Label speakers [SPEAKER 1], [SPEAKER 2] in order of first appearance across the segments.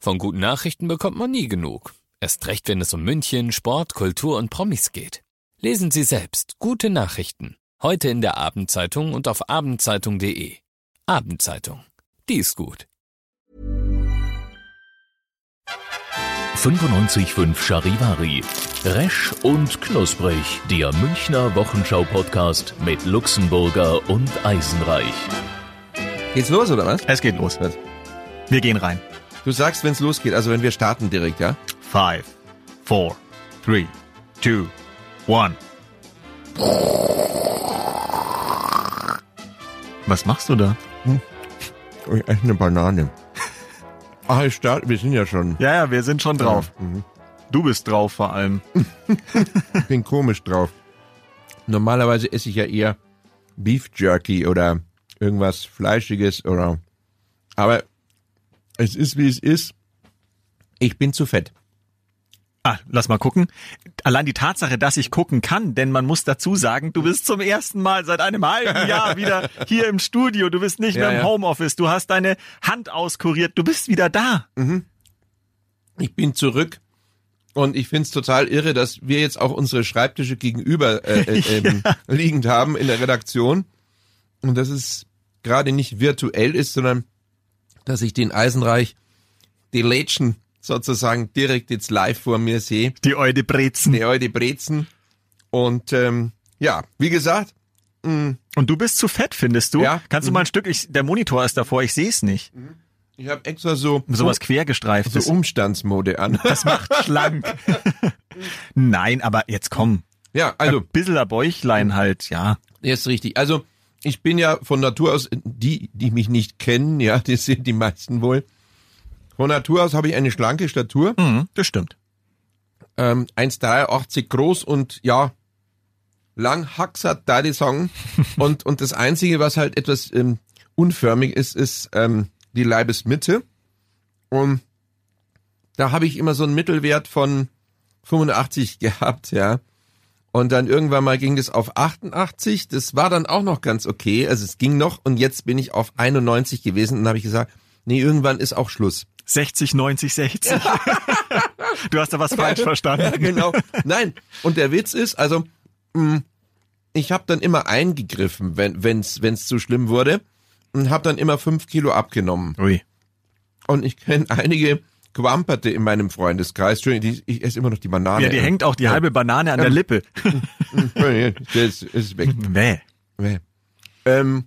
[SPEAKER 1] Von guten Nachrichten bekommt man nie genug. Erst recht, wenn es um München, Sport, Kultur und Promis geht. Lesen Sie selbst gute Nachrichten. Heute in der Abendzeitung und auf abendzeitung.de. Abendzeitung. Die ist gut.
[SPEAKER 2] 95.5 Charivari. Resch und knusprig. Der Münchner Wochenschau-Podcast mit Luxemburger und Eisenreich.
[SPEAKER 3] Geht's los, oder was?
[SPEAKER 4] Es geht los.
[SPEAKER 3] Was?
[SPEAKER 4] Wir gehen rein.
[SPEAKER 3] Du sagst, wenn's losgeht, also wenn wir starten direkt, ja?
[SPEAKER 4] Five, four, three, two, one. Was machst du da?
[SPEAKER 3] Ich esse eine Banane. Ach, ich start, wir sind ja schon.
[SPEAKER 4] Ja, ja, wir sind schon drauf. Du bist drauf vor allem.
[SPEAKER 3] Ich bin komisch drauf. Normalerweise esse ich ja eher Beef Jerky oder irgendwas Fleischiges oder. Aber es ist wie es ist. Ich bin zu fett.
[SPEAKER 4] Ah, lass mal gucken. Allein die Tatsache, dass ich gucken kann, denn man muss dazu sagen, du bist zum ersten Mal seit einem halben Jahr wieder hier im Studio. Du bist nicht
[SPEAKER 3] Ja,
[SPEAKER 4] mehr
[SPEAKER 3] ja.
[SPEAKER 4] im Homeoffice. Du hast deine Hand auskuriert. Du bist wieder da.
[SPEAKER 3] Ich bin zurück. Und ich find's total irre, dass wir jetzt auch unsere Schreibtische gegenüber äh, äh, ähm, liegend haben in der Redaktion. Und dass es gerade nicht virtuell ist, sondern dass ich den Eisenreich, die Lätschen sozusagen direkt jetzt live vor mir sehe.
[SPEAKER 4] Die Eude Brezen.
[SPEAKER 3] Die heute Brezen. Und ähm, ja, wie gesagt,
[SPEAKER 4] Und du bist zu fett, findest du?
[SPEAKER 3] Ja.
[SPEAKER 4] Kannst du mal ein Stück, ich, der Monitor ist davor, ich sehe es nicht.
[SPEAKER 3] ich habe extra so, um-,
[SPEAKER 4] Sowas quergestreift.
[SPEAKER 3] so Umstandsmode an.
[SPEAKER 4] Das macht schlank. Nein, aber jetzt komm.
[SPEAKER 3] ja,
[SPEAKER 4] Also,
[SPEAKER 3] also
[SPEAKER 4] ein bisschen Bäuchlein halt, ja.
[SPEAKER 3] Jetzt richtig. Also ich bin ja von Natur aus, die, die mich nicht kennen, ja, das sind die meisten wohl. Von Natur aus habe ich eine schlanke Statur,
[SPEAKER 4] Mhm, das stimmt.
[SPEAKER 3] ähm, 1,83 groß und ja, lang haxert da die Song. Und, und das Einzige, was halt etwas ähm, unförmig ist, ist ähm, die Leibesmitte. Und da habe ich immer so einen Mittelwert von 85 gehabt, ja. Und dann irgendwann mal ging das auf 88. Das war dann auch noch ganz okay. Also es ging noch und jetzt bin ich auf 91 gewesen und dann habe ich gesagt, nee, irgendwann ist auch Schluss.
[SPEAKER 4] 60, 90, 60. du hast da was falsch
[SPEAKER 3] Ja,
[SPEAKER 4] verstanden.
[SPEAKER 3] genau. Nein, und der Witz ist, also mh, ich habe dann immer eingegriffen, wenn wenn's wenn's zu schlimm wurde und habe dann immer fünf Kilo abgenommen.
[SPEAKER 4] Ui.
[SPEAKER 3] Und ich kenne einige Quamperte in meinem Freundeskreis. Entschuldigung, die, ich esse immer noch die Banane.
[SPEAKER 4] Ja, Ähm. dir hängt auch die halbe Banane an der Lippe.
[SPEAKER 3] Das ist weg.
[SPEAKER 4] Bäh.
[SPEAKER 3] Nee. Ähm,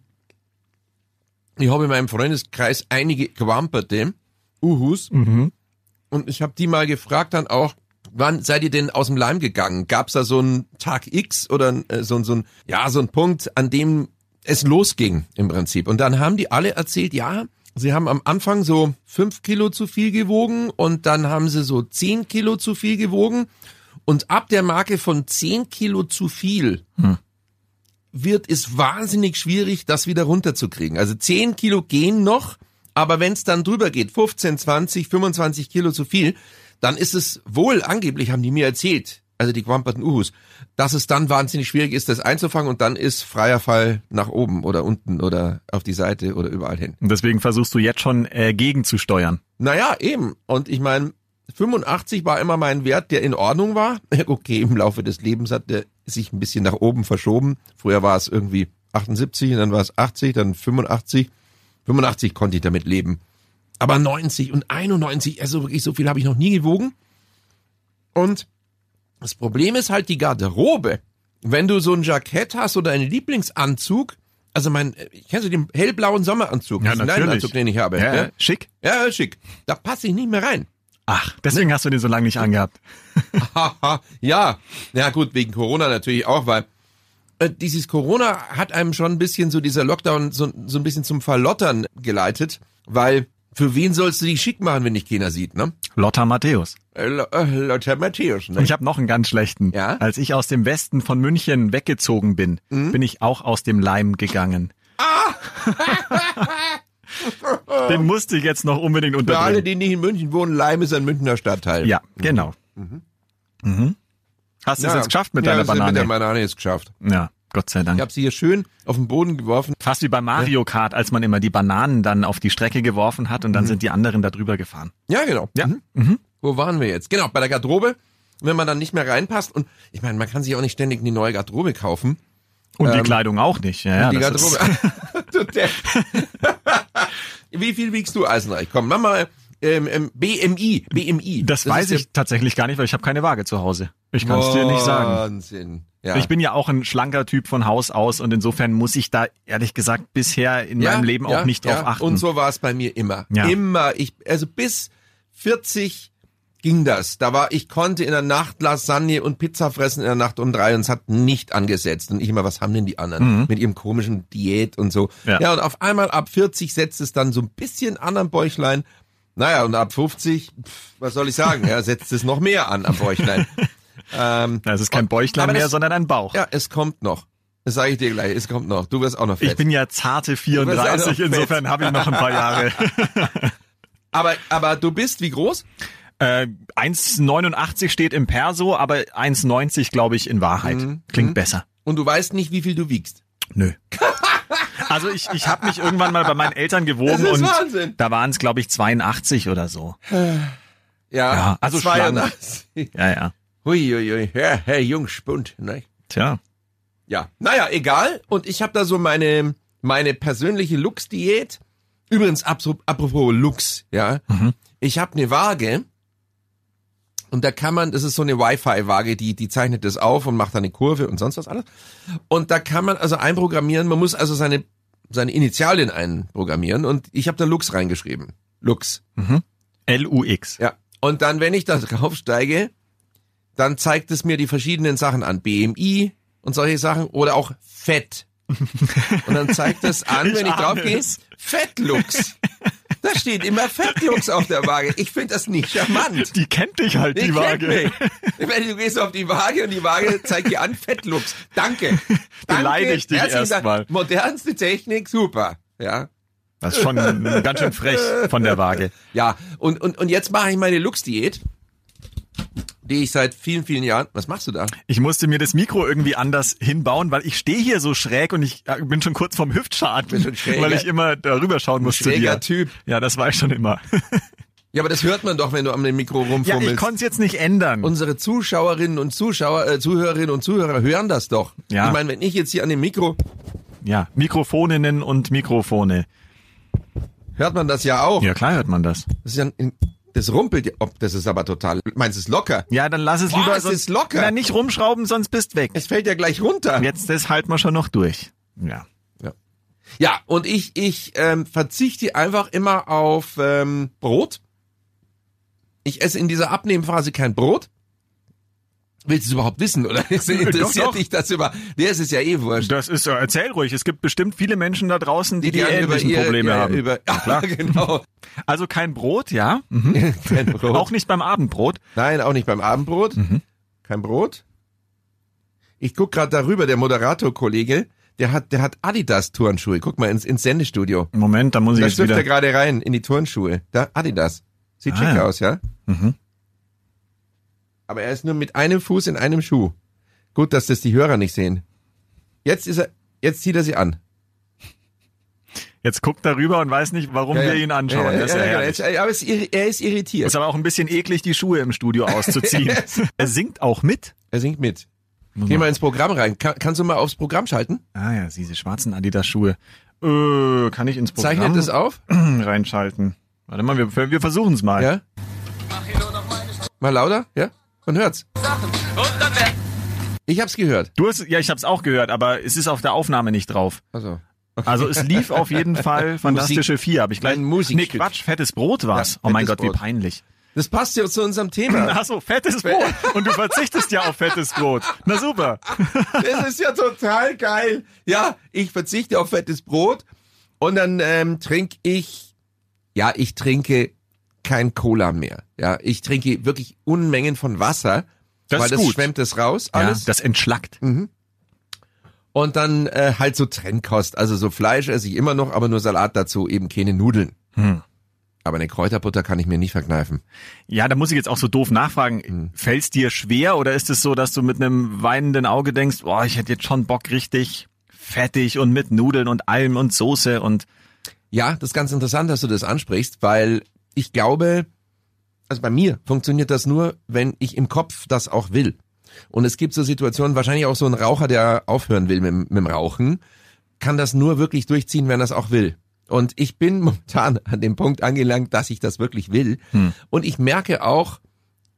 [SPEAKER 3] ich habe in meinem Freundeskreis einige Quamperte, Uhus, und ich habe die mal gefragt dann auch, wann seid ihr denn aus dem Leim gegangen? Gab's da so einen Tag X oder äh, so, so ein, ja, so ein Punkt, an dem es losging im Prinzip. Und dann haben die alle erzählt, ja, sie haben am Anfang so fünf Kilo zu viel gewogen und dann haben sie so zehn Kilo zu viel gewogen. Und ab der Marke von zehn Kilo zu viel wird es wahnsinnig schwierig, das wieder runterzukriegen. Also 10 Kilo gehen noch, aber wenn es dann drüber geht, 15, 20, 25 Kilo zu viel, dann ist es wohl angeblich, haben die mir erzählt, also die gewamperten Uhus, dass es dann wahnsinnig schwierig ist, das einzufangen und dann ist freier Fall nach oben oder unten oder auf die Seite oder überall hin.
[SPEAKER 4] Und deswegen versuchst du jetzt schon äh, gegenzusteuern.
[SPEAKER 3] Naja, eben. Und ich meine, 85 war immer mein Wert, der in Ordnung war. Okay, im Laufe des Lebens hat der sich ein bisschen nach oben verschoben. Früher war es irgendwie 78, und dann war es 80, dann 85. 85 konnte ich damit leben. Aber 90 und 91, also wirklich so viel habe ich noch nie gewogen. Und das Problem ist halt die Garderobe. Wenn du so ein Jackett hast oder einen Lieblingsanzug, also mein, kennst du den hellblauen Sommeranzug?
[SPEAKER 4] Ja,
[SPEAKER 3] diesen
[SPEAKER 4] natürlich.
[SPEAKER 3] Leinenanzug, den ich habe.
[SPEAKER 4] Ja,
[SPEAKER 3] ne?
[SPEAKER 4] ja, schick.
[SPEAKER 3] Ja, ja, schick. Da passe ich nicht mehr rein.
[SPEAKER 4] Ach, deswegen hast du den so lange nicht angehabt.
[SPEAKER 3] Haha, ja. Ja gut, wegen Corona natürlich auch, weil äh, dieses Corona hat einem schon ein bisschen so dieser Lockdown so, so ein bisschen zum Verlottern geleitet, weil für wen sollst du dich schick machen, wenn dich keiner sieht, ne?
[SPEAKER 4] Lotta Matthäus.
[SPEAKER 3] Äh, Lo- äh, Lothar Matthäus, ne?
[SPEAKER 4] Und ich habe noch einen ganz schlechten.
[SPEAKER 3] Ja? Mhm.
[SPEAKER 4] Als ich aus dem Westen von München weggezogen bin, bin ich auch aus dem Leim gegangen. Ah! Den musste ich jetzt noch unbedingt
[SPEAKER 3] Für alle,
[SPEAKER 4] unterbringen.
[SPEAKER 3] die nicht in München wohnen, Leim ist ein Münchner Stadtteil.
[SPEAKER 4] Ja, genau. Mhm. Hast du es
[SPEAKER 3] Ja.
[SPEAKER 4] jetzt geschafft mit
[SPEAKER 3] ja,
[SPEAKER 4] deiner
[SPEAKER 3] das ist Mit der
[SPEAKER 4] Banane?
[SPEAKER 3] Banane ist geschafft.
[SPEAKER 4] ja. Gott sei Dank.
[SPEAKER 3] Ich habe sie hier schön auf den Boden geworfen.
[SPEAKER 4] Fast wie bei Mario Kart, als man immer die Bananen dann auf die Strecke geworfen hat und dann sind die anderen da drüber gefahren.
[SPEAKER 3] Mhm. Ja, genau.
[SPEAKER 4] Ja.
[SPEAKER 3] Mhm. Wo waren wir jetzt? Genau, bei der Garderobe. Und wenn man dann nicht mehr reinpasst und ich meine, man kann sich auch nicht ständig eine neue Garderobe kaufen.
[SPEAKER 4] Und die
[SPEAKER 3] Ähm,
[SPEAKER 4] Kleidung auch nicht. Ja, ja,
[SPEAKER 3] die
[SPEAKER 4] das ist-
[SPEAKER 3] Garderobe. du Depp. Wie viel wiegst du, Eisenreich? Komm, mach mal ähm, ähm, BMI. BMI.
[SPEAKER 4] Das,
[SPEAKER 3] ist
[SPEAKER 4] weiß ich tatsächlich gar nicht, weil ich habe keine Waage zu Hause. Ich kann es dir nicht sagen.
[SPEAKER 3] Wahnsinn. Ja.
[SPEAKER 4] Ich bin ja auch ein schlanker Typ von Haus aus und insofern muss ich da ehrlich gesagt bisher in
[SPEAKER 3] ja,
[SPEAKER 4] meinem Leben
[SPEAKER 3] ja,
[SPEAKER 4] auch nicht drauf
[SPEAKER 3] ja.
[SPEAKER 4] achten.
[SPEAKER 3] Und so war es bei mir immer.
[SPEAKER 4] Ja.
[SPEAKER 3] Immer. Ich, also bis 40 ging das. Da war, ich konnte in der Nacht Lasagne und Pizza fressen in der Nacht um drei und es hat nicht angesetzt. Und ich immer, was haben denn die anderen mit ihrem komischen Diät und so.
[SPEAKER 4] Mhm. Ja.
[SPEAKER 3] ja, und auf einmal ab 40 setzt es dann so ein bisschen an am Bäuchlein. Naja, und ab 50, pff, was soll ich sagen, ja, setzt es noch mehr an am Bäuchlein. ähm,
[SPEAKER 4] das ist kein Bäuchlein
[SPEAKER 3] Aber
[SPEAKER 4] mehr,
[SPEAKER 3] das-
[SPEAKER 4] sondern ein Bauch.
[SPEAKER 3] ja, es kommt noch. Das sage ich dir gleich, es kommt noch. Du wirst auch noch fett.
[SPEAKER 4] ich bin ja zarte 34,
[SPEAKER 3] Du bist auch noch
[SPEAKER 4] insofern habe ich noch ein paar Jahre.
[SPEAKER 3] aber, aber du bist wie groß?
[SPEAKER 4] Äh, 1,89 steht im Perso, aber 1,90 glaube ich in Wahrheit.
[SPEAKER 3] Mhm.
[SPEAKER 4] Klingt besser.
[SPEAKER 3] und du weißt nicht, wie viel du wiegst.
[SPEAKER 4] Nö. Also ich, ich habe mich irgendwann mal bei meinen Eltern gewogen
[SPEAKER 3] Das ist
[SPEAKER 4] und
[SPEAKER 3] Wahnsinn.
[SPEAKER 4] da waren es glaube ich 82 oder so.
[SPEAKER 3] Ja,
[SPEAKER 4] Ja, also
[SPEAKER 3] 82.
[SPEAKER 4] Ja, ja.
[SPEAKER 3] Huiuiui, ja, Herr Jungspund. Ne?
[SPEAKER 4] Tja.
[SPEAKER 3] Ja, naja, egal. Und ich habe da so meine, meine persönliche Lux-Diät. Übrigens, abso- apropos Lux, ja.
[SPEAKER 4] Mhm.
[SPEAKER 3] Ich habe eine Waage und da kann man, das ist so eine Wi-Fi-Waage, die, die zeichnet das auf und macht dann eine Kurve und sonst was alles. Und da kann man also einprogrammieren, man muss also seine, seine Initialien einprogrammieren und ich habe da Lux reingeschrieben. Lux.
[SPEAKER 4] L-U-X.
[SPEAKER 3] Ja. Und dann, wenn ich da draufsteige, dann zeigt es mir die verschiedenen Sachen an. BMI und solche Sachen oder auch Fett. Und dann zeigt es an,
[SPEAKER 4] Ich
[SPEAKER 3] wenn ich
[SPEAKER 4] ahne
[SPEAKER 3] draufgehe,
[SPEAKER 4] es.
[SPEAKER 3] Fettlux. Da steht immer Fettlux auf der Waage. Ich finde das nicht charmant.
[SPEAKER 4] Die kennt dich halt, die
[SPEAKER 3] Ich
[SPEAKER 4] Waage.
[SPEAKER 3] kenn mich. Wenn du gehst auf die Waage und die Waage zeigt dir an Fettlux. Danke. Danke.
[SPEAKER 4] Beleidigt dich
[SPEAKER 3] Herzlichen
[SPEAKER 4] erst
[SPEAKER 3] Dank.
[SPEAKER 4] mal.
[SPEAKER 3] Modernste Technik, super. Ja.
[SPEAKER 4] Das ist schon ganz schön frech von der Waage.
[SPEAKER 3] Ja, und, und, und jetzt mache ich meine Lux-Diät, die ich seit vielen, vielen Jahren. Was machst du da?
[SPEAKER 4] Ich musste mir das Mikro irgendwie anders hinbauen, weil ich stehe hier so schräg und ich äh, bin schon kurz vom Hüftschaden,
[SPEAKER 3] Bist ein schräger-
[SPEAKER 4] weil ich immer darüber schauen muss zu
[SPEAKER 3] schräger
[SPEAKER 4] dir.
[SPEAKER 3] Typ.
[SPEAKER 4] Ja, das war ich schon immer.
[SPEAKER 3] Ja, aber das hört man doch, wenn du am Mikro
[SPEAKER 4] Ja, ich
[SPEAKER 3] rumfummelst.
[SPEAKER 4] konnte es jetzt nicht ändern.
[SPEAKER 3] Unsere Zuschauerinnen und Zuschauer, äh, Zuhörerinnen und Zuhörer hören das doch.
[SPEAKER 4] Ja.
[SPEAKER 3] Ich meine, wenn ich jetzt hier an dem Mikro,
[SPEAKER 4] ja, Mikrofoninnen und Mikrofone.
[SPEAKER 3] hört man das ja auch.
[SPEAKER 4] Ja, klar hört man das.
[SPEAKER 3] Das, ist ja ein, das rumpelt ja. Oh, das ist aber total. Meinst du, es ist locker?
[SPEAKER 4] Ja, dann lass es
[SPEAKER 3] Boah,
[SPEAKER 4] lieber
[SPEAKER 3] es
[SPEAKER 4] sonst,
[SPEAKER 3] ist locker.
[SPEAKER 4] Na, nicht rumschrauben, sonst bist weg.
[SPEAKER 3] Es fällt ja gleich runter.
[SPEAKER 4] Jetzt das halten wir schon noch durch. Ja.
[SPEAKER 3] Ja, und ich, ich ähm, verzichte einfach immer auf ähm, Brot. Ich esse in dieser Abnehmphase kein Brot. Willst du es überhaupt wissen, oder? Interessiert
[SPEAKER 4] doch.
[SPEAKER 3] dich das über. Der ist es ja eh wurscht.
[SPEAKER 4] Das ist, äh, erzähl ruhig, es gibt bestimmt viele Menschen da draußen, die die,
[SPEAKER 3] gern
[SPEAKER 4] ähnlichen
[SPEAKER 3] ihre-
[SPEAKER 4] Probleme
[SPEAKER 3] ja,
[SPEAKER 4] haben.
[SPEAKER 3] Über, ja, genau.
[SPEAKER 4] Also kein Brot, ja?
[SPEAKER 3] Mhm. Kein Brot.
[SPEAKER 4] Mhm. Auch Mhm. nicht beim Abendbrot.
[SPEAKER 3] Nein, auch nicht beim Abendbrot. Kein Brot. Ich guck gerade darüber, der Moderator-Kollege, der hat, der hat Adidas-Turnschuhe. Guck mal ins, ins Sendestudio.
[SPEAKER 4] Moment, da muss ich
[SPEAKER 3] Da
[SPEAKER 4] jetzt
[SPEAKER 3] schlüpft er
[SPEAKER 4] wieder.
[SPEAKER 3] gerade rein in die Turnschuhe. Da, Adidas. Sieht
[SPEAKER 4] Ah,
[SPEAKER 3] schick
[SPEAKER 4] ja.
[SPEAKER 3] aus, ja?
[SPEAKER 4] Mhm.
[SPEAKER 3] Aber er ist nur mit einem Fuß in einem Schuh. Gut, dass das die Hörer nicht sehen. Jetzt ist er, jetzt zieht er sie an.
[SPEAKER 4] Jetzt guckt darüber und weiß nicht, warum wir ihn anschauen.
[SPEAKER 3] Ja, genau. ja,
[SPEAKER 4] das ist ja,
[SPEAKER 3] ja,
[SPEAKER 4] herrlich.
[SPEAKER 3] jetzt, aber es, ist irri- er ist irritiert.
[SPEAKER 4] Ist aber auch ein bisschen eklig, die Schuhe im Studio auszuziehen. er singt auch mit.
[SPEAKER 3] Er singt mit.
[SPEAKER 4] Muss
[SPEAKER 3] Geh
[SPEAKER 4] man-
[SPEAKER 3] mal ins Programm rein. Kann, kannst du mal aufs Programm schalten?
[SPEAKER 4] Ah ja, diese schwarzen Adidas-Schuhe. Äh, kann ich ins Programm
[SPEAKER 3] Zeichnet das auf?
[SPEAKER 4] reinschalten? Warte mal, wir, wir versuchen es mal.
[SPEAKER 3] Ja? Mal lauter? Ja? Man hört's. Ich hab's gehört.
[SPEAKER 4] Du hast, ja, ich hab's auch gehört, aber es ist auf der Aufnahme nicht drauf.
[SPEAKER 3] Also.
[SPEAKER 4] Also es lief auf jeden Fall Fantastische Vier, habe ich gleich.
[SPEAKER 3] Ein Musikstück.
[SPEAKER 4] Nee, Quatsch, fettes Brot war's.
[SPEAKER 3] Ja,
[SPEAKER 4] oh mein
[SPEAKER 3] fettes
[SPEAKER 4] Gott, wie
[SPEAKER 3] Brot.
[SPEAKER 4] peinlich.
[SPEAKER 3] Das passt ja zu unserem Thema.
[SPEAKER 4] Ach so, fettes Brot. Und du verzichtest ja auf fettes Brot. Na super.
[SPEAKER 3] Das ist ja total geil. Ja, ich verzichte auf fettes Brot und dann ähm, trinke ich, ja, ich trinke kein Cola mehr. Ja, ich trinke wirklich Unmengen von Wasser,
[SPEAKER 4] Das
[SPEAKER 3] weil
[SPEAKER 4] ist
[SPEAKER 3] das
[SPEAKER 4] gut.
[SPEAKER 3] schwemmt das raus
[SPEAKER 4] Ja,
[SPEAKER 3] alles.
[SPEAKER 4] das entschlackt.
[SPEAKER 3] und dann äh,
[SPEAKER 4] Hm.
[SPEAKER 3] halt so Trennkost, also so Fleisch esse ich immer noch, aber nur Salat dazu, eben keine Nudeln. Aber eine Kräuterbutter kann ich mir nicht verkneifen.
[SPEAKER 4] Ja, da muss ich jetzt auch so doof nachfragen.
[SPEAKER 3] Hm.
[SPEAKER 4] Fällt's dir schwer oder ist es so, dass du mit einem weinenden Auge denkst, boah, ich hätte jetzt schon Bock richtig fettig und mit Nudeln und allem und Soße und
[SPEAKER 3] Ja, das ist ganz interessant, dass du das ansprichst, weil ich glaube, also bei mir funktioniert das nur, wenn ich im Kopf das auch will. Und es gibt so Situationen, wahrscheinlich auch so ein Raucher, der aufhören will mit, mit dem Rauchen, kann das nur wirklich durchziehen, wenn er es auch will. Und ich bin momentan an dem Punkt angelangt, dass ich das wirklich will. Und ich merke auch,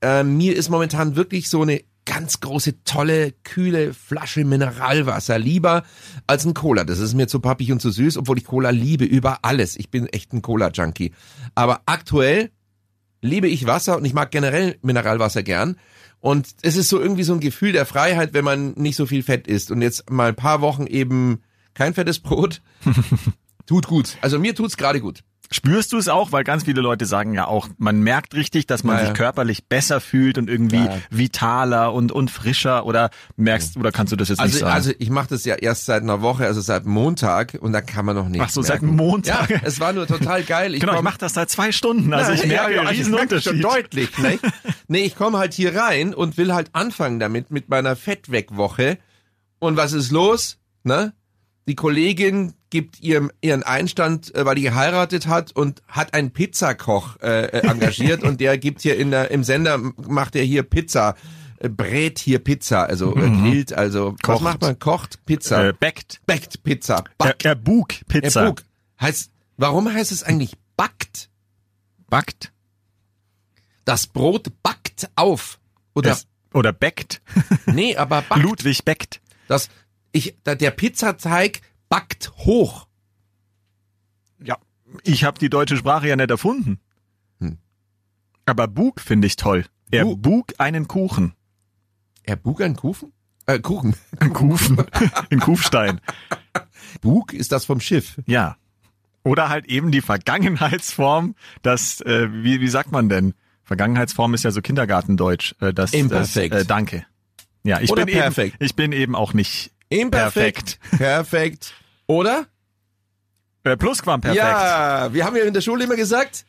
[SPEAKER 3] äh, mir ist momentan wirklich so eine ganz große, tolle, kühle Flasche Mineralwasser lieber als ein Cola. Das ist mir zu pappig und zu süß, obwohl ich Cola liebe über alles. Ich bin echt ein Cola-Junkie. Aber aktuell liebe ich Wasser und ich mag generell Mineralwasser gern. Und es ist so irgendwie so ein Gefühl der Freiheit, wenn man nicht so viel Fett isst. Und jetzt mal ein paar Wochen eben kein fettes Brot. Tut gut. Also mir tut's gerade gut.
[SPEAKER 4] Spürst du es auch? Weil ganz viele Leute sagen ja auch, man merkt richtig, dass man
[SPEAKER 3] Ja, ja.
[SPEAKER 4] sich körperlich besser fühlt und irgendwie vitaler und, und frischer oder merkst, oder kannst du das jetzt nicht
[SPEAKER 3] Also,
[SPEAKER 4] sagen?
[SPEAKER 3] also ich mache das ja erst seit einer Woche, also seit Montag und da kann man noch nichts
[SPEAKER 4] Ach so, seit
[SPEAKER 3] merken.
[SPEAKER 4] Montag.
[SPEAKER 3] Ja, es war nur total geil. Ich
[SPEAKER 4] genau, ich
[SPEAKER 3] komm-
[SPEAKER 4] mache das seit zwei Stunden, also ich
[SPEAKER 3] Ja,
[SPEAKER 4] merke
[SPEAKER 3] ja,
[SPEAKER 4] einen
[SPEAKER 3] also ich
[SPEAKER 4] riesen
[SPEAKER 3] merke das
[SPEAKER 4] Unterschied.
[SPEAKER 3] Schon deutlich, ne? nee, ich komme halt hier rein und will halt anfangen damit, mit meiner Fettwegwoche. Und was ist los? Ne? Die Kollegin gibt ihrem ihren Einstand, äh, weil die geheiratet hat und hat einen Pizzakoch äh, äh, engagiert und der gibt hier in der, im Sender, m- macht er hier Pizza, äh, brät hier Pizza, also äh, grillt, also was
[SPEAKER 4] Mhm. Kocht.
[SPEAKER 3] macht man? Kocht Pizza,
[SPEAKER 4] Äh, backt.
[SPEAKER 3] backt Pizza,
[SPEAKER 4] Er,
[SPEAKER 3] backt,
[SPEAKER 4] er bug Pizza.
[SPEAKER 3] Er bug. Heißt, warum heißt es eigentlich backt?
[SPEAKER 4] Backt.
[SPEAKER 3] Das Brot backt auf. Oder
[SPEAKER 4] Es, oder backt.
[SPEAKER 3] nee, aber backt.
[SPEAKER 4] Ludwig backt.
[SPEAKER 3] Das, ich, da, der Pizzateig backt hoch.
[SPEAKER 4] Ja, ich habe die deutsche Sprache ja nicht erfunden.
[SPEAKER 3] Hm.
[SPEAKER 4] Aber Bug finde ich toll. Er
[SPEAKER 3] Bu-
[SPEAKER 4] bug einen Kuchen.
[SPEAKER 3] Er bug einen Kuchen? Äh, Kuchen.
[SPEAKER 4] Einen Kufen. In Kufstein.
[SPEAKER 3] Bug ist das vom Schiff.
[SPEAKER 4] Ja. Oder halt eben die Vergangenheitsform, das, äh, wie, wie sagt man denn? Vergangenheitsform ist ja so Kindergartendeutsch. Äh, das,
[SPEAKER 3] Imperfekt.
[SPEAKER 4] Das, äh, danke. Ja, ich
[SPEAKER 3] Oder
[SPEAKER 4] bin
[SPEAKER 3] perfekt.
[SPEAKER 4] Eben, ich bin eben auch nicht
[SPEAKER 3] Imperfekt. Perfekt. Perfekt. Oder?
[SPEAKER 4] äh, Plusquamperfekt.
[SPEAKER 3] Ja, wir haben ja in der Schule immer gesagt,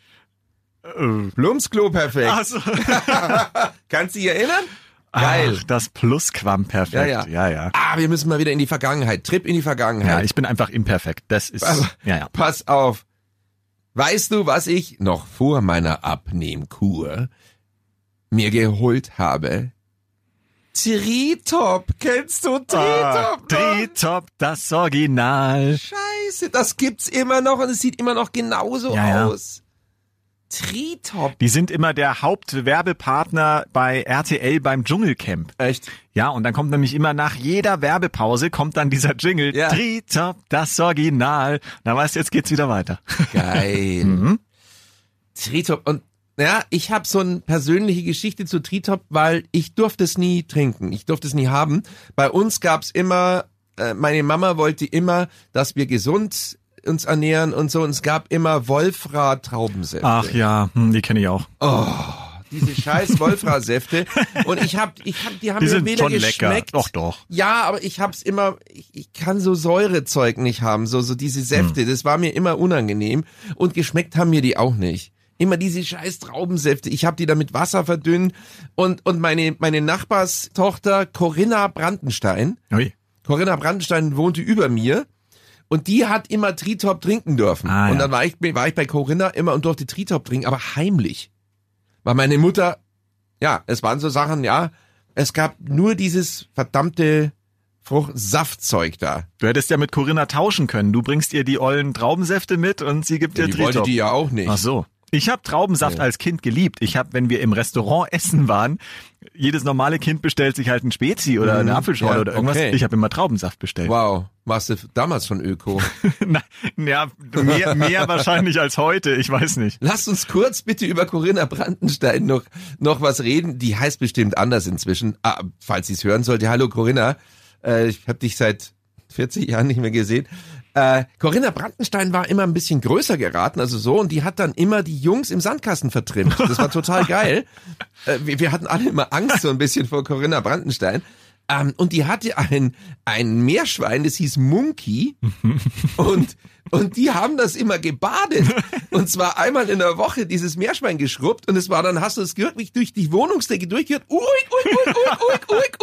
[SPEAKER 4] Äh,
[SPEAKER 3] Plumpsklo perfekt.
[SPEAKER 4] also,
[SPEAKER 3] Kannst du dich erinnern? Geil.
[SPEAKER 4] Ach, das Plusquamperfekt.
[SPEAKER 3] Ja, ja.
[SPEAKER 4] ja, ja.
[SPEAKER 3] Ah, wir müssen mal wieder in die Vergangenheit. Trip in die
[SPEAKER 4] Ja,
[SPEAKER 3] Vergangenheit.
[SPEAKER 4] ich bin einfach imperfekt. Das ist,
[SPEAKER 3] Aber-
[SPEAKER 4] ja, ja.
[SPEAKER 3] Pass auf. Weißt du, was ich noch vor meiner Abnehmkur mir geholt habe? Tritop. Kennst du
[SPEAKER 4] Ah,
[SPEAKER 3] Tritop?
[SPEAKER 4] Tritop, das Original.
[SPEAKER 3] Scheiße, das gibt's immer noch und es sieht immer noch genauso
[SPEAKER 4] Ja, ja.
[SPEAKER 3] aus. Tritop.
[SPEAKER 4] Die sind immer der Hauptwerbepartner bei RTL beim Dschungelcamp.
[SPEAKER 3] Echt?
[SPEAKER 4] Ja, und dann kommt nämlich immer nach jeder Werbepause kommt dann dieser Jingle.
[SPEAKER 3] Ja.
[SPEAKER 4] Tritop, das Original. Na weißt du, jetzt geht's wieder weiter.
[SPEAKER 3] Geil.
[SPEAKER 4] Mhm.
[SPEAKER 3] Tritop und ja, ich habe so eine persönliche Geschichte zu Tritop, weil ich durfte es nie trinken, ich durfte es nie haben. Bei uns gab's immer, äh, meine Mama wollte immer, dass wir gesund uns ernähren und so. Und es gab immer Wolfra-Traubensäfte.
[SPEAKER 4] Ach ja, hm, die kenne ich auch.
[SPEAKER 3] Diese scheiß Wolfra-Säfte. und ich hab, ich hab, die haben
[SPEAKER 4] Die
[SPEAKER 3] mir
[SPEAKER 4] sind
[SPEAKER 3] weder
[SPEAKER 4] schon lecker.
[SPEAKER 3] geschmeckt.
[SPEAKER 4] Doch, doch.
[SPEAKER 3] Ja, aber ich hab's immer, ich, ich kann so Säurezeug nicht haben, so, so diese Säfte, das war mir immer unangenehm und geschmeckt haben mir die auch nicht. Immer diese scheiß Traubensäfte, ich hab die dann mit Wasser verdünnt und, und meine, meine Nachbarstochter Corinna Brandenstein,
[SPEAKER 4] Ui.
[SPEAKER 3] Corinna Brandenstein wohnte über mir und die hat immer Tritop trinken dürfen.
[SPEAKER 4] Ah,
[SPEAKER 3] und
[SPEAKER 4] ja.
[SPEAKER 3] dann war ich, war ich bei Corinna immer und durfte Tritop trinken, aber heimlich. Weil meine Mutter, ja, es waren so Sachen, ja, es gab nur dieses verdammte Fruchtsaftzeug da.
[SPEAKER 4] Du hättest ja mit Corinna tauschen können. Du bringst ihr die ollen Traubensäfte mit und sie gibt dir
[SPEAKER 3] die wollte
[SPEAKER 4] Tritop.
[SPEAKER 3] die ja auch nicht.
[SPEAKER 4] Ach so. Ich habe Traubensaft als Kind geliebt. Ich habe, wenn wir im Restaurant essen waren, jedes normale Kind bestellt sich halt ein Spezi oder eine Apfelschorle
[SPEAKER 3] Mhm. ja,
[SPEAKER 4] oder irgendwas.
[SPEAKER 3] okay.
[SPEAKER 4] Ich habe immer Traubensaft bestellt.
[SPEAKER 3] Wow, warst du damals schon Öko?
[SPEAKER 4] Na, ja, mehr, mehr wahrscheinlich als heute. Ich weiß nicht.
[SPEAKER 3] Lasst uns kurz bitte über Corinna Brandenstein noch, noch was reden. Die heißt bestimmt anders inzwischen. Ah, falls sie es hören sollte. Hallo Corinna. Äh, ich habe dich seit 40 Jahren nicht mehr gesehen. Äh, Corinna Brandenstein war immer ein bisschen größer geraten, also so, und die hat dann immer die Jungs im Sandkasten vertrimmt. Das war total geil. Äh, wir, wir hatten alle immer Angst so ein bisschen vor Corinna Brandenstein. Ähm, und die hatte ein, ein Meerschwein, das hieß Monkey. und, und die haben das immer gebadet. Und zwar einmal in der Woche dieses Meerschwein geschrubbt. Und es war dann, hast du es wirklich durch die Wohnungsdecke durchgehört? Uik, uik, uik, uik, uik, uik, uik,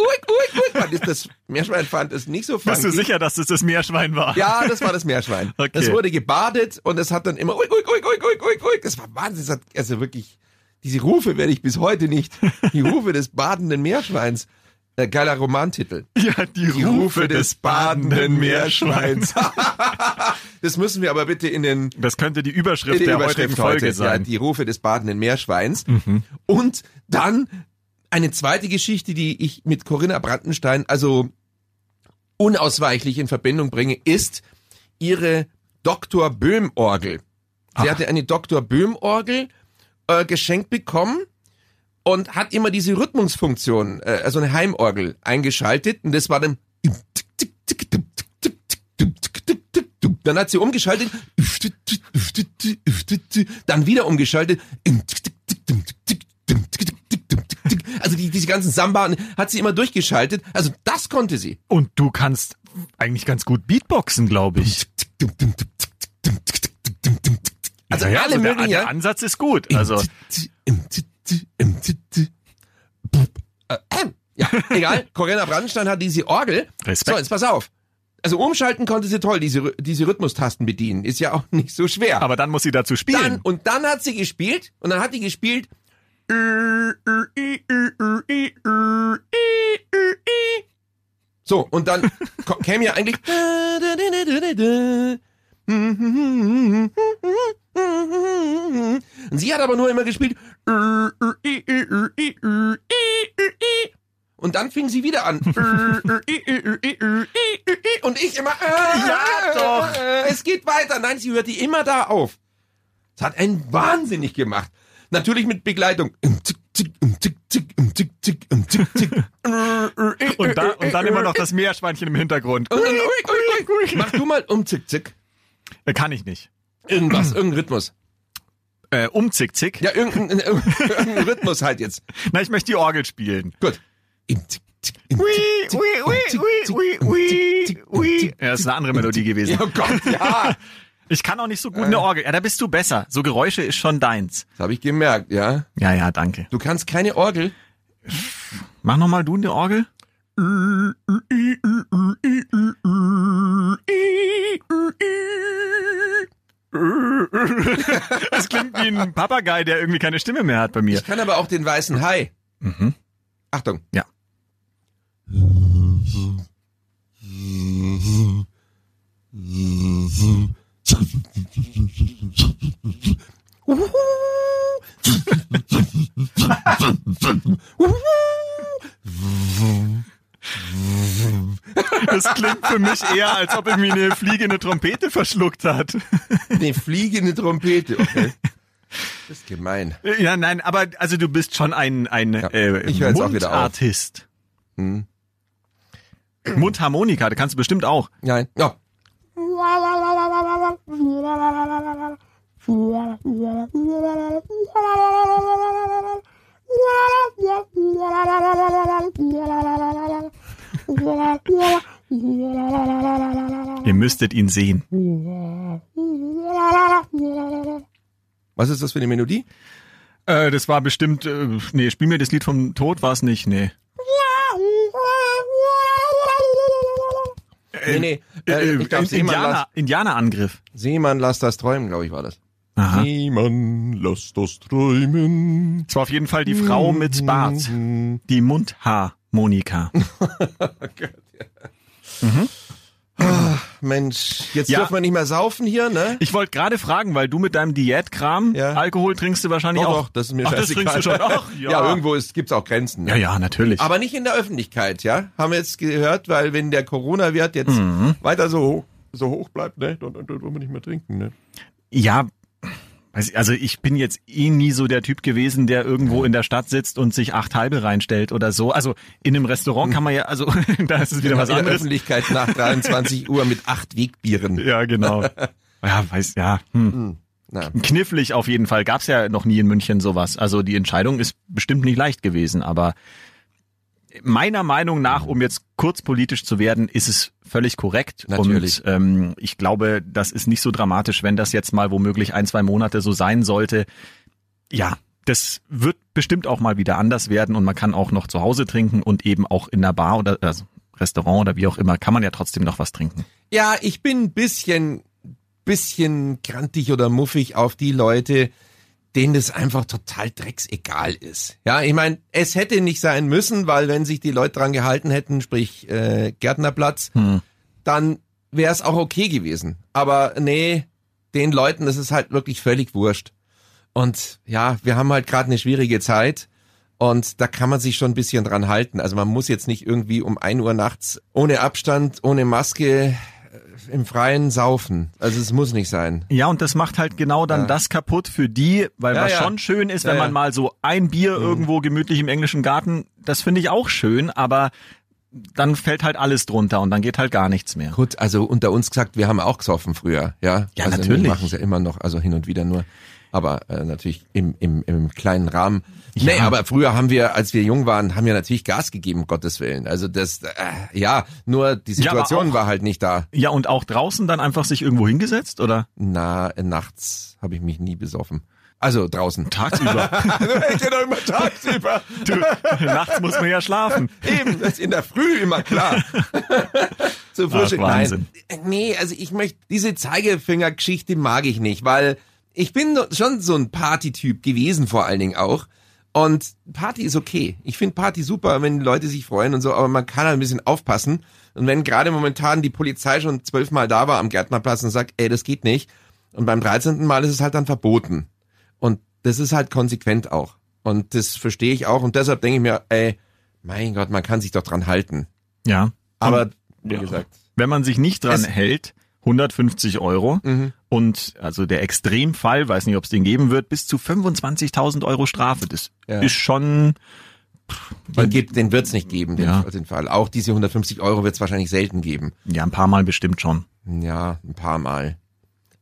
[SPEAKER 3] uik, uik. Man ist- Das Meerschwein fand es nicht so
[SPEAKER 4] Bist du
[SPEAKER 3] funky.
[SPEAKER 4] sicher, dass es das Meerschwein war?
[SPEAKER 3] Ja, das war das Meerschwein.
[SPEAKER 4] Okay.
[SPEAKER 3] Das wurde gebadet und es hat dann immer uik, uik, uik, uik, uik, uik, uik. Das war Wahnsinn. Das hat, also wirklich, diese Rufe werde ich bis heute nicht. Die Rufe des badenden Meerschweins. Äh, geiler Romantitel.
[SPEAKER 4] Ja, die,
[SPEAKER 3] Die Rufe des badenden Meerschweins. das müssen wir aber bitte in den
[SPEAKER 4] Das könnte die
[SPEAKER 3] in Mhm.
[SPEAKER 4] Überschrift
[SPEAKER 3] die
[SPEAKER 4] der
[SPEAKER 3] Überschrift
[SPEAKER 4] heutigen Folge
[SPEAKER 3] heute, ja,
[SPEAKER 4] sein.
[SPEAKER 3] die Rufe des badenden Meerschweins. Und dann eine zweite Geschichte, die ich mit Corinna Brandenstein also unausweichlich in Verbindung bringe, ist ihre Dr. Böhm-Orgel. Sie hatte eine Dr. Böhm-Orgel äh, geschenkt bekommen und hat immer diese Rhythmusfunktion, äh, also eine Heimorgel, eingeschaltet. Und das war dann... Dann hat sie umgeschaltet, dann wieder umgeschaltet. Also die, diese ganzen Samba hat sie immer durchgeschaltet. Also das konnte sie.
[SPEAKER 4] Und du kannst eigentlich ganz gut Beatboxen, glaube ich.
[SPEAKER 3] Also
[SPEAKER 4] Naja,
[SPEAKER 3] alle
[SPEAKER 4] der,
[SPEAKER 3] möglichen...
[SPEAKER 4] der
[SPEAKER 3] ja.
[SPEAKER 4] Ansatz ist gut. Also
[SPEAKER 3] Äh, ähm. Ja, egal. Corinna Brandenstein hat diese Orgel.
[SPEAKER 4] Respekt.
[SPEAKER 3] So, jetzt pass auf. Also umschalten konnte sie toll, diese, Rhy- diese Rhythmustasten bedienen. Ist ja auch nicht so schwer.
[SPEAKER 4] Aber dann muss sie dazu
[SPEAKER 3] dann,
[SPEAKER 4] spielen.
[SPEAKER 3] und dann hat sie gespielt und dann hat die gespielt. So, und dann ko- käme ja eigentlich. Hm, hm, Und sie hat aber nur immer gespielt. Und dann fing sie wieder an. Und ich immer.
[SPEAKER 4] Ja, doch.
[SPEAKER 3] Es geht weiter. Nein, sie hört die immer da auf. Das hat einen wahnsinnig gemacht. Natürlich mit Begleitung.
[SPEAKER 4] und,
[SPEAKER 3] Und
[SPEAKER 4] da, und dann immer noch das Meerschweinchen im Hintergrund.
[SPEAKER 3] Mach du mal um zick zick.
[SPEAKER 4] Äh, Kann ich nicht.
[SPEAKER 3] Irgendwas, irgendein Rhythmus.
[SPEAKER 4] Äh, um zick zick.
[SPEAKER 3] Ja, irgendein, irgendein Rhythmus halt jetzt.
[SPEAKER 4] Na, ich möchte die Orgel spielen.
[SPEAKER 3] Gut.
[SPEAKER 4] Ja, das ist eine andere Melodie gewesen.
[SPEAKER 3] Ja, Äh. oh Gott, ja.
[SPEAKER 4] Ich kann auch nicht so gut eine Orgel. Ja, da bist du besser. So Geräusche ist schon deins.
[SPEAKER 3] Das habe ich gemerkt, ja.
[SPEAKER 4] Ja, ja, danke.
[SPEAKER 3] Du kannst keine Orgel.
[SPEAKER 4] Mach noch mal du eine Orgel. Das klingt wie ein Papagei, der irgendwie keine Stimme mehr hat bei mir.
[SPEAKER 3] Ich kann aber auch den weißen Hai.
[SPEAKER 4] Mhm.
[SPEAKER 3] Achtung.
[SPEAKER 4] Ja. Das klingt für mich eher, als ob irgendwie eine Fliege eine Trompete verschluckt hat.
[SPEAKER 3] Eine fliegende Trompete. Okay. Das ist gemein.
[SPEAKER 4] Ja, nein, aber also du bist schon ein ein
[SPEAKER 3] Ja,
[SPEAKER 4] äh,
[SPEAKER 3] ich hör jetzt auch wieder auf. Hm.
[SPEAKER 4] Mundartist. Mundharmonika, da kannst du bestimmt auch.
[SPEAKER 3] Nein. Ja.
[SPEAKER 4] Ihr müsstet ihn sehen.
[SPEAKER 3] Was ist das für eine Melodie?
[SPEAKER 4] Äh, das war bestimmt. Äh, nee, spiel mir das Lied vom Tod war es nicht. Nee.
[SPEAKER 3] Nee, nee. Äh, ich glaub, Seemann, lass,
[SPEAKER 4] Indianer, Indianerangriff.
[SPEAKER 3] Seemann, lass das träumen, glaube ich, war das.
[SPEAKER 4] Aha.
[SPEAKER 3] Seemann, lass das träumen. Hm.
[SPEAKER 4] Es war auf jeden Fall die Frau
[SPEAKER 3] Mhm.
[SPEAKER 4] mit Bart. Die Mundharmonika.
[SPEAKER 3] Mensch, jetzt
[SPEAKER 4] Ja.
[SPEAKER 3] dürfen wir nicht mehr saufen hier, ne?
[SPEAKER 4] Ich wollte gerade fragen, weil du mit deinem Diätkram,
[SPEAKER 3] Ja.
[SPEAKER 4] Alkohol trinkst du wahrscheinlich
[SPEAKER 3] Doch,
[SPEAKER 4] auch.
[SPEAKER 3] doch, das ist mir
[SPEAKER 4] Ach, das
[SPEAKER 3] scheißegal.
[SPEAKER 4] trinkst du schon auch?
[SPEAKER 3] Ja, irgendwo ist, gibt's auch Grenzen. Ne?
[SPEAKER 4] Ja, ja, natürlich.
[SPEAKER 3] Aber nicht in der Öffentlichkeit, ja? Haben wir jetzt gehört, weil wenn der Corona-Wert jetzt
[SPEAKER 4] Mhm.
[SPEAKER 3] weiter so hoch, so hoch bleibt, ne? Dann, dann, dann wollen wir nicht mehr trinken, ne?
[SPEAKER 4] Ja, weiß ich, also ich bin jetzt eh nie so der Typ gewesen, der irgendwo in der Stadt sitzt und sich acht halbe reinstellt oder so. Also in einem Restaurant kann man ja, also da ist es wieder was
[SPEAKER 3] in der
[SPEAKER 4] anderes.
[SPEAKER 3] Öffentlichkeit nach 23 Uhr mit acht Wegbieren.
[SPEAKER 4] Ja, genau. Ja, weiß, ja. Hm.
[SPEAKER 3] Na,
[SPEAKER 4] Knifflig auf jeden Fall. Gab's ja noch nie in München sowas. Also die Entscheidung ist bestimmt nicht leicht gewesen, aber meiner Meinung nach, um jetzt kurz politisch zu werden, ist es völlig korrekt.
[SPEAKER 3] Natürlich.
[SPEAKER 4] Und ähm, ich glaube, das ist nicht so dramatisch, wenn das jetzt mal womöglich ein, zwei Monate so sein sollte. Ja, das wird bestimmt auch mal wieder anders werden und man kann auch noch zu Hause trinken und eben auch in der Bar oder also Restaurant oder wie auch immer, kann man ja trotzdem noch was trinken.
[SPEAKER 3] Ja, ich bin ein bisschen, bisschen grantig oder muffig auf die Leute, denen das einfach total drecksegal ist. Ja, ich meine, es hätte nicht sein müssen, weil wenn sich die Leute dran gehalten hätten, sprich äh, Gärtnerplatz, dann wäre es auch okay gewesen. Aber nee, den Leuten ist es halt wirklich völlig wurscht. Und ja, wir haben halt gerade eine schwierige Zeit und da kann man sich schon ein bisschen dran halten. Also man muss jetzt nicht irgendwie um 1 Uhr nachts ohne Abstand, ohne Maske äh, im Freien saufen. Also es muss nicht sein.
[SPEAKER 4] Ja, und das macht halt genau dann das kaputt für die, weil
[SPEAKER 3] Ja,
[SPEAKER 4] was
[SPEAKER 3] ja.
[SPEAKER 4] schon schön ist,
[SPEAKER 3] Ja,
[SPEAKER 4] wenn
[SPEAKER 3] ja. Mhm.
[SPEAKER 4] man mal so ein Bier irgendwo gemütlich im englischen Garten, das finde ich auch schön, aber dann fällt halt alles drunter und dann geht halt gar nichts mehr.
[SPEAKER 3] Gut, also unter uns gesagt, wir haben auch gesoffen früher, ja.
[SPEAKER 4] Ja,
[SPEAKER 3] also
[SPEAKER 4] natürlich.
[SPEAKER 3] Wir machen es ja immer noch, also hin und wieder nur. Aber äh, natürlich im, im, im kleinen Rahmen. Nee, aber früher haben wir, als wir jung waren, haben wir natürlich Gas gegeben, um Gottes Willen. Also das, äh, ja, nur die
[SPEAKER 4] Ja, aber
[SPEAKER 3] Situation
[SPEAKER 4] auch-
[SPEAKER 3] war halt nicht da.
[SPEAKER 4] Ja, und auch draußen dann einfach sich irgendwo hingesetzt oder?
[SPEAKER 3] Na, äh, nachts habe ich mich nie besoffen. Also draußen.
[SPEAKER 4] Tagsüber.
[SPEAKER 3] genau, immer tagsüber.
[SPEAKER 4] du, nachts muss man ja schlafen.
[SPEAKER 3] Eben, das ist in der Früh immer klar. so frisch.
[SPEAKER 4] Ach, Wahnsinn.
[SPEAKER 3] Nein. Nee, also ich möchte, diese Zeigefinger-Geschichte mag ich nicht, weil ich bin doch schon so ein Party-Typ gewesen vor allen Dingen auch. Und Party ist okay. Ich finde Party super, wenn die Leute sich freuen und so, aber man kann halt ein bisschen aufpassen. Und wenn gerade momentan die Polizei schon zwölfmal da war am Gärtnerplatz und sagt, ey, das geht nicht. Und beim 13. Mal ist es halt dann verboten. Und das ist halt konsequent auch. Und das verstehe ich auch. Und deshalb denke ich mir, ey, mein Gott, man kann sich doch dran halten.
[SPEAKER 4] Ja.
[SPEAKER 3] Aber, wie
[SPEAKER 4] ja.
[SPEAKER 3] gesagt,
[SPEAKER 4] wenn man sich nicht dran
[SPEAKER 3] Es-
[SPEAKER 4] hält, 150 Euro und also der Extremfall, weiß nicht, ob es den geben wird, bis zu 25.000 Euro Strafe. Das
[SPEAKER 3] Ja.
[SPEAKER 4] ist schon,
[SPEAKER 3] den, gibt- den wird's nicht geben, den,
[SPEAKER 4] Ja.
[SPEAKER 3] den Fall. Auch diese 150 Euro wird's wahrscheinlich selten geben.
[SPEAKER 4] ja, ein paar Mal bestimmt schon.
[SPEAKER 3] Ja, ein paar Mal.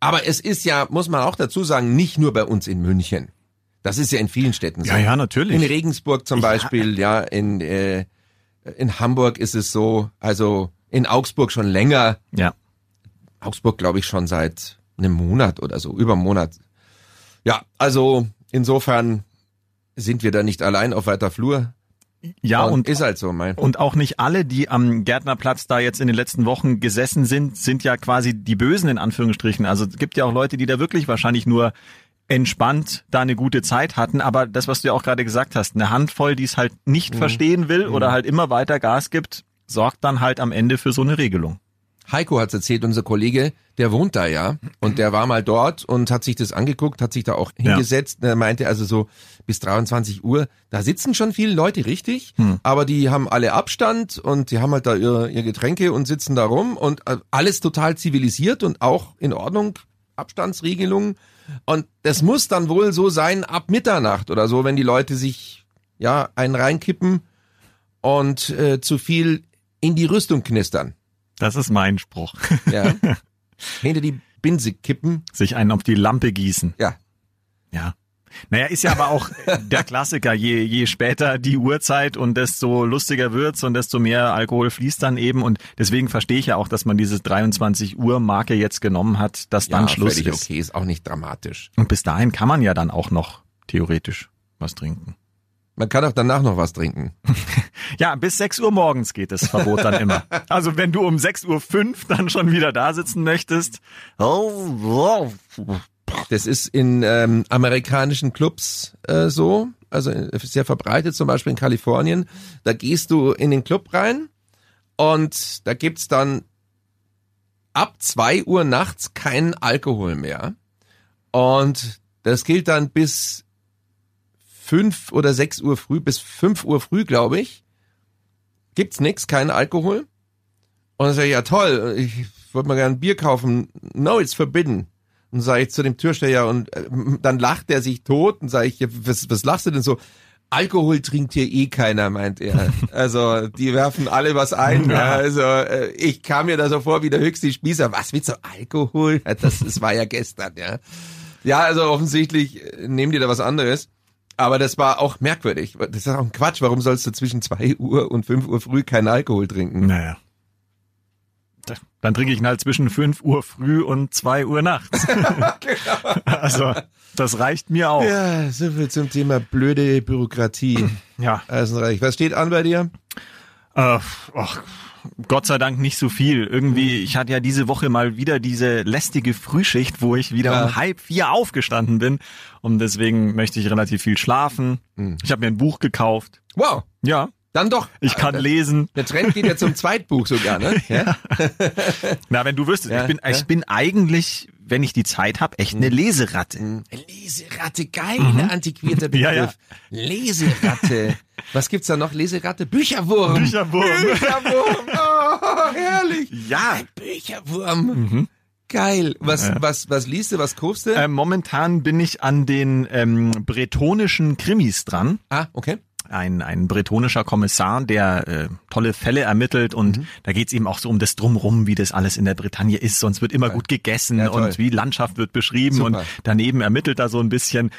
[SPEAKER 3] Aber es ist ja, muss man auch dazu sagen, nicht nur bei uns in München. Das ist ja in vielen Städten so.
[SPEAKER 4] Ja, ja, natürlich.
[SPEAKER 3] In Regensburg zum Beispiel, ja, in, äh, in Hamburg ist es so, also in Augsburg schon länger,
[SPEAKER 4] Ja.
[SPEAKER 3] Augsburg, glaube ich, schon seit einem Monat oder so, über einem Monat. Ja, also insofern sind wir da nicht allein auf weiter Flur.
[SPEAKER 4] Ja, und,
[SPEAKER 3] ist halt so, mein.
[SPEAKER 4] und auch nicht alle, die am Gärtnerplatz da jetzt in den letzten Wochen gesessen sind, sind ja quasi die Bösen in Anführungsstrichen. Also es gibt ja auch Leute, die da wirklich wahrscheinlich nur entspannt da eine gute Zeit hatten. Aber das, was du ja auch gerade gesagt hast, eine Handvoll, die es halt nicht verstehen will oder halt immer weiter Gas gibt, sorgt dann halt am Ende für so eine Regelung.
[SPEAKER 3] Heiko hat's erzählt, unser Kollege, der wohnt da ja und der war mal dort und hat sich das angeguckt, hat sich da auch hingesetzt. Er meinte also so bis 23 Uhr, da sitzen schon viele Leute, richtig, aber die haben alle Abstand und die haben halt da ihr, ihr Getränke und sitzen da rum und äh, alles total zivilisiert und auch in Ordnung, Abstandsregelungen. Und das muss dann wohl so sein ab Mitternacht oder so, wenn die Leute sich ja einen reinkippen und äh, zu viel in die Rüstung knistern.
[SPEAKER 4] Das ist mein Spruch.
[SPEAKER 3] Ja. Hinter die Binse kippen.
[SPEAKER 4] Sich einen auf die Lampe gießen.
[SPEAKER 3] Ja.
[SPEAKER 4] Ja. Naja, ist ja aber auch der Klassiker. Je, je später die Uhrzeit und desto lustiger wird's und desto mehr Alkohol fließt dann eben. Und deswegen verstehe ich ja auch, dass man diese 23 Uhr Marke jetzt genommen hat, dass dann Schluss
[SPEAKER 3] völlig
[SPEAKER 4] ist.
[SPEAKER 3] okay, ist auch nicht dramatisch.
[SPEAKER 4] Und bis dahin kann man ja dann auch noch theoretisch was trinken.
[SPEAKER 3] Man kann auch danach noch was trinken.
[SPEAKER 4] Ja, bis 6 Uhr morgens geht das Verbot dann immer. Also wenn du um 6 Uhr fünf dann schon wieder da sitzen möchtest. Oh, oh.
[SPEAKER 3] Das ist in ähm, amerikanischen Clubs äh, so, also äh, sehr verbreitet, zum Beispiel in Kalifornien. Da gehst du in den Club rein und da gibt's dann ab 2 Uhr nachts keinen Alkohol mehr. Und das gilt dann bis 5 oder 6 Uhr früh, bis 5 Uhr früh, glaube ich. Gibt's nix, keinen Alkohol. Und dann sag ich, ja toll, ich würde mal gerne ein Bier kaufen. No, it's forbidden. Und sage ich zu dem Türsteher und äh, dann lacht er sich tot und sage ich, ja, was, was lachst du denn so? Alkohol trinkt hier eh keiner, meint er. Also die werfen alle was ein. Ja. Also äh, ich kam mir da so vor wie der höchste Spießer. Was willst du Alkohol? Ja, Das, das war ja gestern, ja. Ja, also offensichtlich äh, nehmen die da was anderes. Aber das war auch merkwürdig. Das ist auch ein Quatsch. Warum sollst du zwischen 2 Uhr und 5 Uhr früh keinen Alkohol trinken?
[SPEAKER 4] Naja. Da- Dann trinke ich ihn halt zwischen 5 Uhr früh und 2 Uhr nachts. Also, das reicht mir auch.
[SPEAKER 3] Genau. Ja, so viel zum Thema blöde Bürokratie.
[SPEAKER 4] Ja.
[SPEAKER 3] Eisenreich. Was steht an bei dir?
[SPEAKER 4] Äh, ach, Gott sei Dank nicht so viel. Irgendwie, ich hatte ja diese Woche mal wieder diese lästige Frühschicht, wo ich wieder
[SPEAKER 3] Ja.
[SPEAKER 4] um halb vier aufgestanden bin. Und deswegen möchte ich relativ viel schlafen.
[SPEAKER 3] Hm.
[SPEAKER 4] Ich habe mir ein Buch gekauft.
[SPEAKER 3] Wow,
[SPEAKER 4] Ja,
[SPEAKER 3] dann doch. Äh,
[SPEAKER 4] ich kann lesen.
[SPEAKER 3] Der Trend geht ja zum Zweitbuch sogar, ne? Ja.
[SPEAKER 4] Na, wenn du wüsstest,
[SPEAKER 3] Ja, Hm.
[SPEAKER 4] ich, bin, ich bin eigentlich, wenn ich die Zeit habe, echt eine Leseratte.
[SPEAKER 3] Leseratte, geil, antiquierter
[SPEAKER 4] Mhm. Ja, ja.
[SPEAKER 3] Begriff. Leseratte. Was gibt's da noch? Leseratte? Bücherwurm.
[SPEAKER 4] Bücherwurm.
[SPEAKER 3] Bücherwurm. Oh, herrlich.
[SPEAKER 4] Ja.
[SPEAKER 3] Bücherwurm.
[SPEAKER 4] Mhm.
[SPEAKER 3] Geil. Was, was, was liest du? Was kaufst du?
[SPEAKER 4] Äh, momentan bin ich an den ähm, bretonischen Krimis dran.
[SPEAKER 3] ah, okay.
[SPEAKER 4] ein, ein bretonischer Kommissar, der äh, tolle Fälle ermittelt und
[SPEAKER 3] Mhm.
[SPEAKER 4] da geht's eben auch so um das Drumrum, wie das alles in der Bretagne ist. Sonst wird immer gut gegessen
[SPEAKER 3] Ja, toll.
[SPEAKER 4] und wie Landschaft wird beschrieben
[SPEAKER 3] Super. Mhm.
[SPEAKER 4] und daneben ermittelt er so ein bisschen.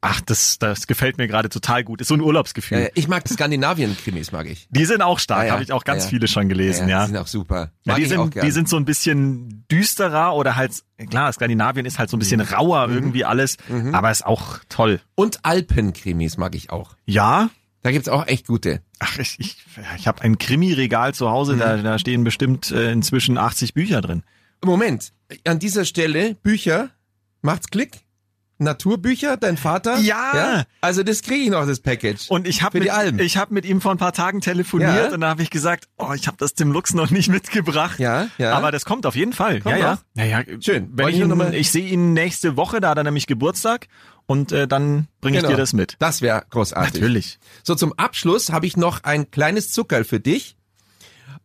[SPEAKER 4] Ach, das, das gefällt mir gerade total gut. Ist so ein Urlaubsgefühl.
[SPEAKER 3] Äh, ich mag Skandinavien-Krimis, mag ich.
[SPEAKER 4] Die sind auch stark,
[SPEAKER 3] Ah, ja.
[SPEAKER 4] habe ich auch ganz
[SPEAKER 3] Ah, ja.
[SPEAKER 4] viele schon gelesen, ja.
[SPEAKER 3] Die sind auch super.
[SPEAKER 4] Ja,
[SPEAKER 3] Mag
[SPEAKER 4] die,
[SPEAKER 3] ich auch
[SPEAKER 4] sind,
[SPEAKER 3] gerne.
[SPEAKER 4] die sind so ein bisschen düsterer oder halt, klar, Skandinavien ist halt so ein bisschen
[SPEAKER 3] Mhm.
[SPEAKER 4] rauer irgendwie alles, aber ist auch toll.
[SPEAKER 3] Und Alpenkrimis mag ich auch.
[SPEAKER 4] Ja,
[SPEAKER 3] Da gibt's auch echt gute.
[SPEAKER 4] Ach, ich, ich, ich habe ein Krimi-Regal zu Hause, da, da stehen bestimmt äh, inzwischen 80 Bücher drin.
[SPEAKER 3] Moment, an dieser Stelle Bücher, macht's Klick? Naturbücher, dein Vater?
[SPEAKER 4] Ja.
[SPEAKER 3] Also das kriege ich noch, das Package.
[SPEAKER 4] Und ich habe
[SPEAKER 3] Für die
[SPEAKER 4] mit,
[SPEAKER 3] Alben.
[SPEAKER 4] ich hab mit ihm vor ein paar Tagen telefoniert
[SPEAKER 3] Ja.
[SPEAKER 4] und da habe ich gesagt, oh, ich habe das Tim Lux noch nicht mitgebracht.
[SPEAKER 3] Ja, ja.
[SPEAKER 4] Aber das kommt auf jeden Fall.
[SPEAKER 3] Kommt
[SPEAKER 4] ja,
[SPEAKER 3] noch?
[SPEAKER 4] ja. ja, ja.
[SPEAKER 3] Schön.
[SPEAKER 4] Wenn
[SPEAKER 3] Wollte ich
[SPEAKER 4] ich
[SPEAKER 3] nur noch
[SPEAKER 4] ihn,
[SPEAKER 3] mal-
[SPEAKER 4] ich sehe ihn nächste Woche, da hat er nämlich Geburtstag und äh, dann bringe
[SPEAKER 3] Genau.
[SPEAKER 4] ich dir das mit.
[SPEAKER 3] Das wäre großartig.
[SPEAKER 4] Natürlich.
[SPEAKER 3] So, zum Abschluss habe ich noch ein kleines Zuckerl für dich.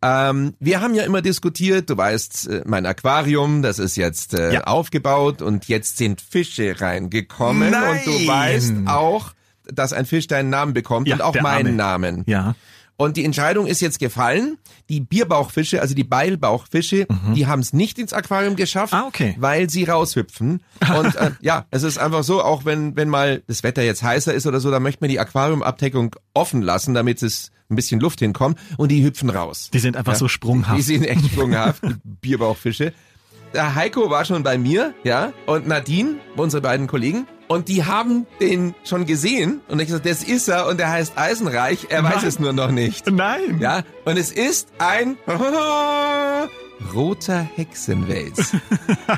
[SPEAKER 3] Ähm, wir haben ja immer diskutiert, du weißt, äh, mein Aquarium, das ist jetzt äh,
[SPEAKER 4] Ja.
[SPEAKER 3] aufgebaut und jetzt sind Fische reingekommen
[SPEAKER 4] Nein.
[SPEAKER 3] und du weißt auch, dass ein Fisch deinen Namen bekommt
[SPEAKER 4] Ja,
[SPEAKER 3] und auch
[SPEAKER 4] der
[SPEAKER 3] meinen Namen.
[SPEAKER 4] Ja.
[SPEAKER 3] Und die Entscheidung ist jetzt gefallen. Die Bierbauchfische, also die Beilbauchfische, die haben es nicht ins Aquarium geschafft,
[SPEAKER 4] Mhm. Ah, okay.
[SPEAKER 3] weil sie raushüpfen. Und äh, ja, es ist einfach so, auch wenn, wenn mal das Wetter jetzt heißer ist oder so, dann möchte man die Aquariumabdeckung offen lassen, damit es ein bisschen Luft hinkommt und die hüpfen raus.
[SPEAKER 4] Die sind einfach
[SPEAKER 3] Ja.
[SPEAKER 4] so sprunghaft.
[SPEAKER 3] Die sind echt sprunghaft, die Bierbauchfische. Der Heiko war schon bei mir, ja, und Nadine, unsere beiden Kollegen, und die haben den schon gesehen und ich gesagt, das ist er und er heißt Eisenreich, er weiß
[SPEAKER 4] Nein.
[SPEAKER 3] es nur noch nicht.
[SPEAKER 4] Nein.
[SPEAKER 3] Ja, und es ist ein roter Hexenwels.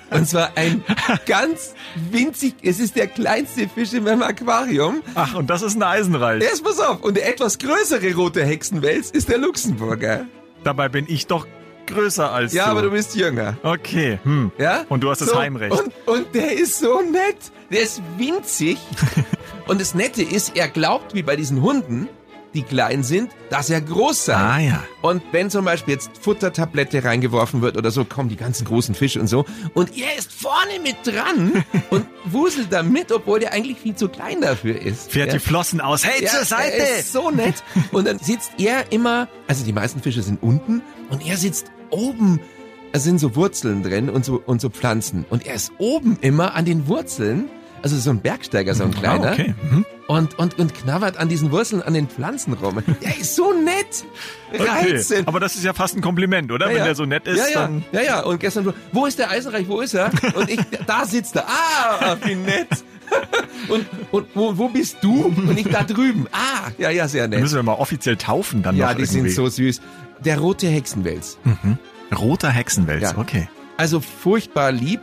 [SPEAKER 3] Und zwar ein ganz winzig, es ist der kleinste Fisch in meinem Aquarium.
[SPEAKER 4] Ach, und das ist ein Eisenreich.
[SPEAKER 3] Jetzt pass auf, und der etwas größere rote Hexenwels ist der Luxemburger.
[SPEAKER 4] Dabei bin ich doch größer als
[SPEAKER 3] Ja,
[SPEAKER 4] du.
[SPEAKER 3] aber du bist jünger.
[SPEAKER 4] okay. Hm.
[SPEAKER 3] Ja?
[SPEAKER 4] Und du hast das
[SPEAKER 3] so,
[SPEAKER 4] Heimrecht.
[SPEAKER 3] Und, und der ist so nett. Der ist winzig. und das Nette ist, er glaubt, wie bei diesen Hunden, die klein sind, dass er groß sei.
[SPEAKER 4] Ah ja.
[SPEAKER 3] Und wenn zum Beispiel jetzt Futtertablette reingeworfen wird oder so, kommen die ganzen großen Fische und so. Und er ist vorne mit dran und wuselt da mit, obwohl der eigentlich viel zu klein dafür ist.
[SPEAKER 4] Fährt die Flossen aus. Hey,
[SPEAKER 3] Ja,
[SPEAKER 4] zur Seite!
[SPEAKER 3] Er ist so nett. Und dann sitzt er immer, also die meisten Fische sind unten und er sitzt oben. Da sind so Wurzeln drin und so, und so Pflanzen. Und er ist oben immer an den Wurzeln. Also so ein Bergsteiger, so ein kleiner.
[SPEAKER 4] Ah, okay. Mhm.
[SPEAKER 3] Und, und, und knabbert an diesen Wurzeln, an den Pflanzen rum. Der ist so nett.
[SPEAKER 4] Okay.
[SPEAKER 3] Reizend.
[SPEAKER 4] Aber das ist ja fast ein Kompliment, oder? Ah, Wenn
[SPEAKER 3] ja.
[SPEAKER 4] der so nett ist,
[SPEAKER 3] ja, ja.
[SPEAKER 4] dann.
[SPEAKER 3] Ja, ja. Und gestern so, wo ist der Eisenreich, wo ist er? Und ich, da sitzt er. Ah, wie nett. Und, und wo, wo bist du? Und ich da drüben. Ah, ja, ja, sehr
[SPEAKER 4] Dann
[SPEAKER 3] nett.
[SPEAKER 4] müssen wir mal offiziell taufen dann
[SPEAKER 3] Ja,
[SPEAKER 4] noch
[SPEAKER 3] die
[SPEAKER 4] irgendwie.
[SPEAKER 3] sind so süß. Der rote Hexenwels.
[SPEAKER 4] Roter Hexenwels,
[SPEAKER 3] Ja.
[SPEAKER 4] okay.
[SPEAKER 3] Also furchtbar lieb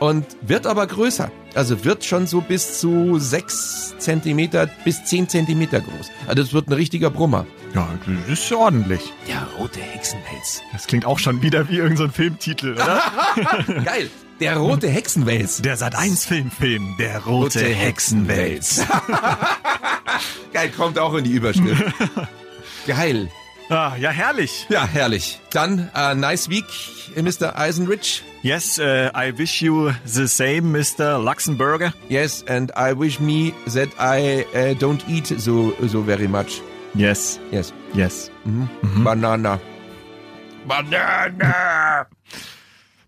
[SPEAKER 3] und wird aber größer. Also wird schon so bis zu sechs Zentimeter bis zehn Zentimeter groß. Also das wird ein richtiger Brummer.
[SPEAKER 4] Ja, das ist ja ordentlich.
[SPEAKER 3] Der rote Hexenwels.
[SPEAKER 4] Das klingt auch schon wieder wie irgendein so ein Filmtitel, oder?
[SPEAKER 3] Geil. Der rote Hexenwels.
[SPEAKER 4] der Sat 1 Filmfilm, der rote,
[SPEAKER 3] Rote
[SPEAKER 4] Hexenwels.
[SPEAKER 3] Geil, kommt auch in die Überschrift. Geil.
[SPEAKER 4] ah, ja, herrlich.
[SPEAKER 3] Ja, herrlich. Dann, äh, nice week, Mr. Eisenrich.
[SPEAKER 4] Yes, äh, I wish you the same, Mr. Luxemburger.
[SPEAKER 3] Yes, and I wish me that I äh, don't eat so, so very much.
[SPEAKER 4] Yes,
[SPEAKER 3] Yes.
[SPEAKER 4] yes.
[SPEAKER 3] Banana. Banana!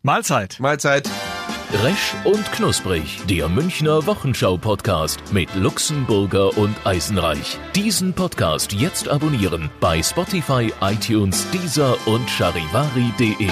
[SPEAKER 4] Mahlzeit.
[SPEAKER 3] Mahlzeit.
[SPEAKER 2] Resch und Knusprig, der Münchner Wochenschau-Podcast mit Luxemburger und Eisenreich. Diesen Podcast jetzt abonnieren bei Spotify, iTunes, Deezer und charivari.de.